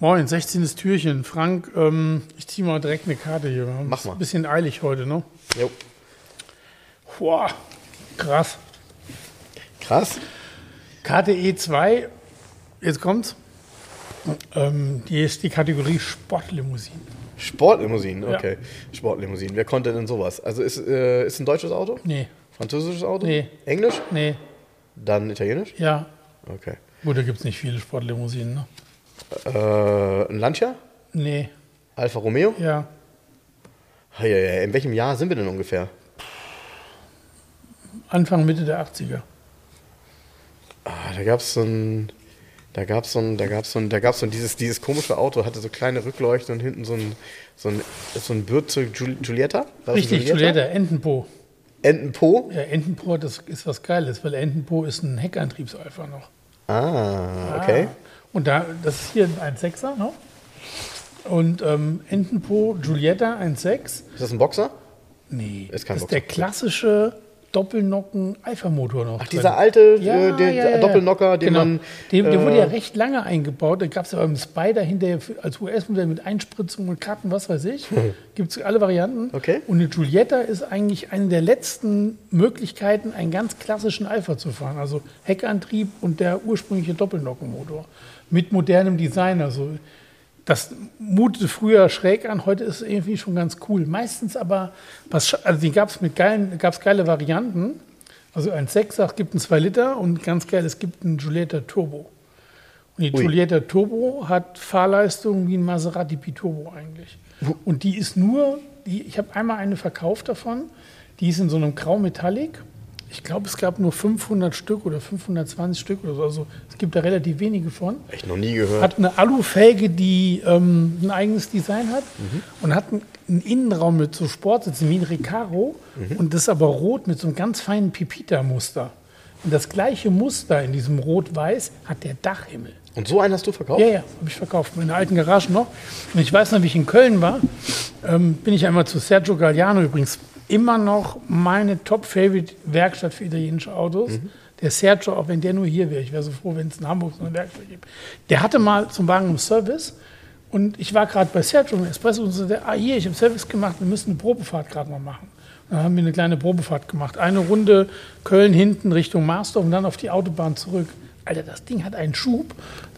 Moin, 16. Türchen. Frank, ähm, ich ziehe mal direkt eine Karte hier. Wir haben Mach es mal. Ein bisschen eilig heute, ne? Jo. Boah, krass. Krass. Karte E2, jetzt kommt's. Ähm, hier ist die Kategorie Sportlimousinen. Sportlimousinen, Ja. okay. Sportlimousinen. Wer konnte denn sowas? Also ist, äh, ist ein deutsches Auto? Nee, Französisches Auto? Nee. Englisch? nee, Dann Italienisch? ja. Okay. Gut, da gibt's nicht viele Sportlimousinen, ne? Äh, ein Lancia? Nee, Alfa Romeo? ja. Hei, hei, hei. In welchem Jahr sind wir denn ungefähr? Anfang, Mitte der 80er. Ah, da gab's so ein. Da gab's so ein, da gab's so ein, da gab's so ein, dieses, dieses komische Auto, hatte so kleine Rückleuchten und hinten so ein, so ein, so ein Bürzel Giul- Giulietta? War das ein Richtig, Giulietta, Entenpo. Entenpo? Ja, Entenpo, das ist was Geiles, weil Entenpo ist ein Heckantriebsalfa noch. Ah, okay. Ah. Und da, das ist hier ein 1,6er, ne? Und ähm, Entenpo Giulietta 1,6. Ist das ein Boxer? Nee, Ist kein das ist der Boxer. klassische Doppelnocken-Alpha-Motor noch. Ach, dieser alte, äh, der, der Doppelnocker, den den genau. man. Dem, der wurde ja äh, recht lange eingebaut. Da gab es ja beim Spider hinterher für- als US-Modell mit Einspritzung und Karten, was weiß ich. Gibt es alle Varianten. Hm. Okay. Und eine Giulietta ist eigentlich eine der letzten Möglichkeiten, einen ganz klassischen Alpha zu fahren. Also Heckantrieb und der ursprüngliche Doppelnockenmotor. Mit modernem Design. Also das mutete früher schräg an, heute ist es irgendwie schon ganz cool. Meistens aber, was, sch- also die gab es mit geilen, gab's geile Varianten. Also ein 6er, es gibt einen 2 Liter und ganz geil, es gibt einen Giulietta Turbo. Und die Ui. Giulietta Turbo hat Fahrleistung wie ein Maserati Piturbo eigentlich. Und die ist nur, die, ich habe einmal eine verkauft davon, die ist in so einem Grau Metallic. Ich glaube, es gab nur 500 Stück oder 520 Stück oder so. Also es gibt da relativ wenige von äh, Echt noch nie gehört. hat eine Alufelge, die ähm, ein eigenes Design hat und hat einen, einen Innenraum mit so Sportsitzen wie ein Recaro und das ist aber rot mit so einem ganz feinen Pipita-Muster. Und das gleiche Muster in diesem Rot-Weiß hat der Dachhimmel. und so einen hast du verkauft? Ja, ja, habe ich verkauft, in der alten Garage noch. Und ich weiß noch, wie ich in Köln war, ähm, bin ich einmal zu Sergio Galliano übrigens. Immer noch meine Top-Favorite-Werkstatt für italienische Autos. Der Sergio, auch wenn der nur hier wäre, ich wäre so froh, wenn es in Hamburg so eine Werkstatt gibt. Der hatte mal zum Wagen im Service und ich war gerade bei Sergio im Espresso und so, der, ah hier, ich habe Service gemacht, wir müssen eine Probefahrt gerade mal machen. Und dann haben wir eine kleine Probefahrt gemacht. Eine Runde Köln hinten Richtung Marsdorf und dann auf die Autobahn zurück. Alter, das Ding hat einen Schub.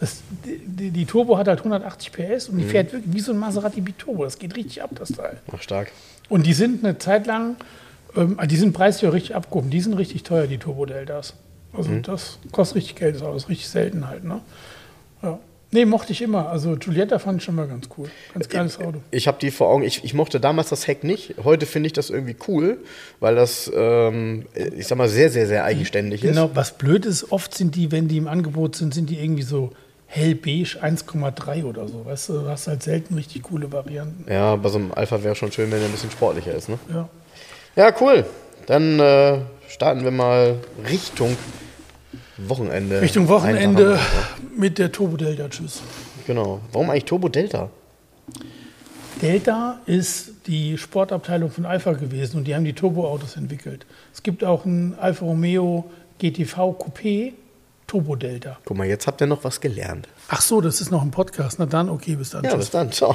Das, die, die- die Turbo hat halt 180 PS und die fährt wirklich wie so ein Maserati Biturbo. Das geht richtig ab, das Teil. Ach, stark. Und die sind eine Zeit lang, ähm, die sind preislich auch richtig abgehoben. Die sind richtig teuer, die Turbo Deltas. Also das kostet richtig Geld, das Auto ist richtig selten halt. Ne? Ja. Nee, mochte ich immer. Also Giulietta fand ich schon mal ganz cool. Ganz geiles Auto. Ich habe die vor Augen. Ich, ich mochte damals das Heck nicht. Heute finde ich das irgendwie cool, weil das, ähm, ich sag mal, sehr, sehr, sehr eigenständig ist. Genau, was blöd ist, oft sind die, wenn die im Angebot sind, sind die irgendwie so hellbeige 1,3 oder so. Weißt du, du hast halt selten richtig coole Varianten. Ja, bei so einem Alpha wäre schon schön, wenn er ein bisschen sportlicher ist. Ne? Ja. Ja, cool. Dann äh, starten wir mal Richtung Wochenende. Richtung Wochenende Einfach mal, mit der Turbo Delta. Tschüss. ne? Genau. Warum eigentlich Turbo Delta? Delta ist die Sportabteilung von Alpha gewesen und die haben die Turboautos entwickelt. Es gibt auch ein Alfa Romeo GTV Coupé Turbo Delta. Guck mal, jetzt habt ihr noch was gelernt. Ach so, das ist noch ein Podcast. Na dann, okay, bis dann. Ja, bis dann. Ciao.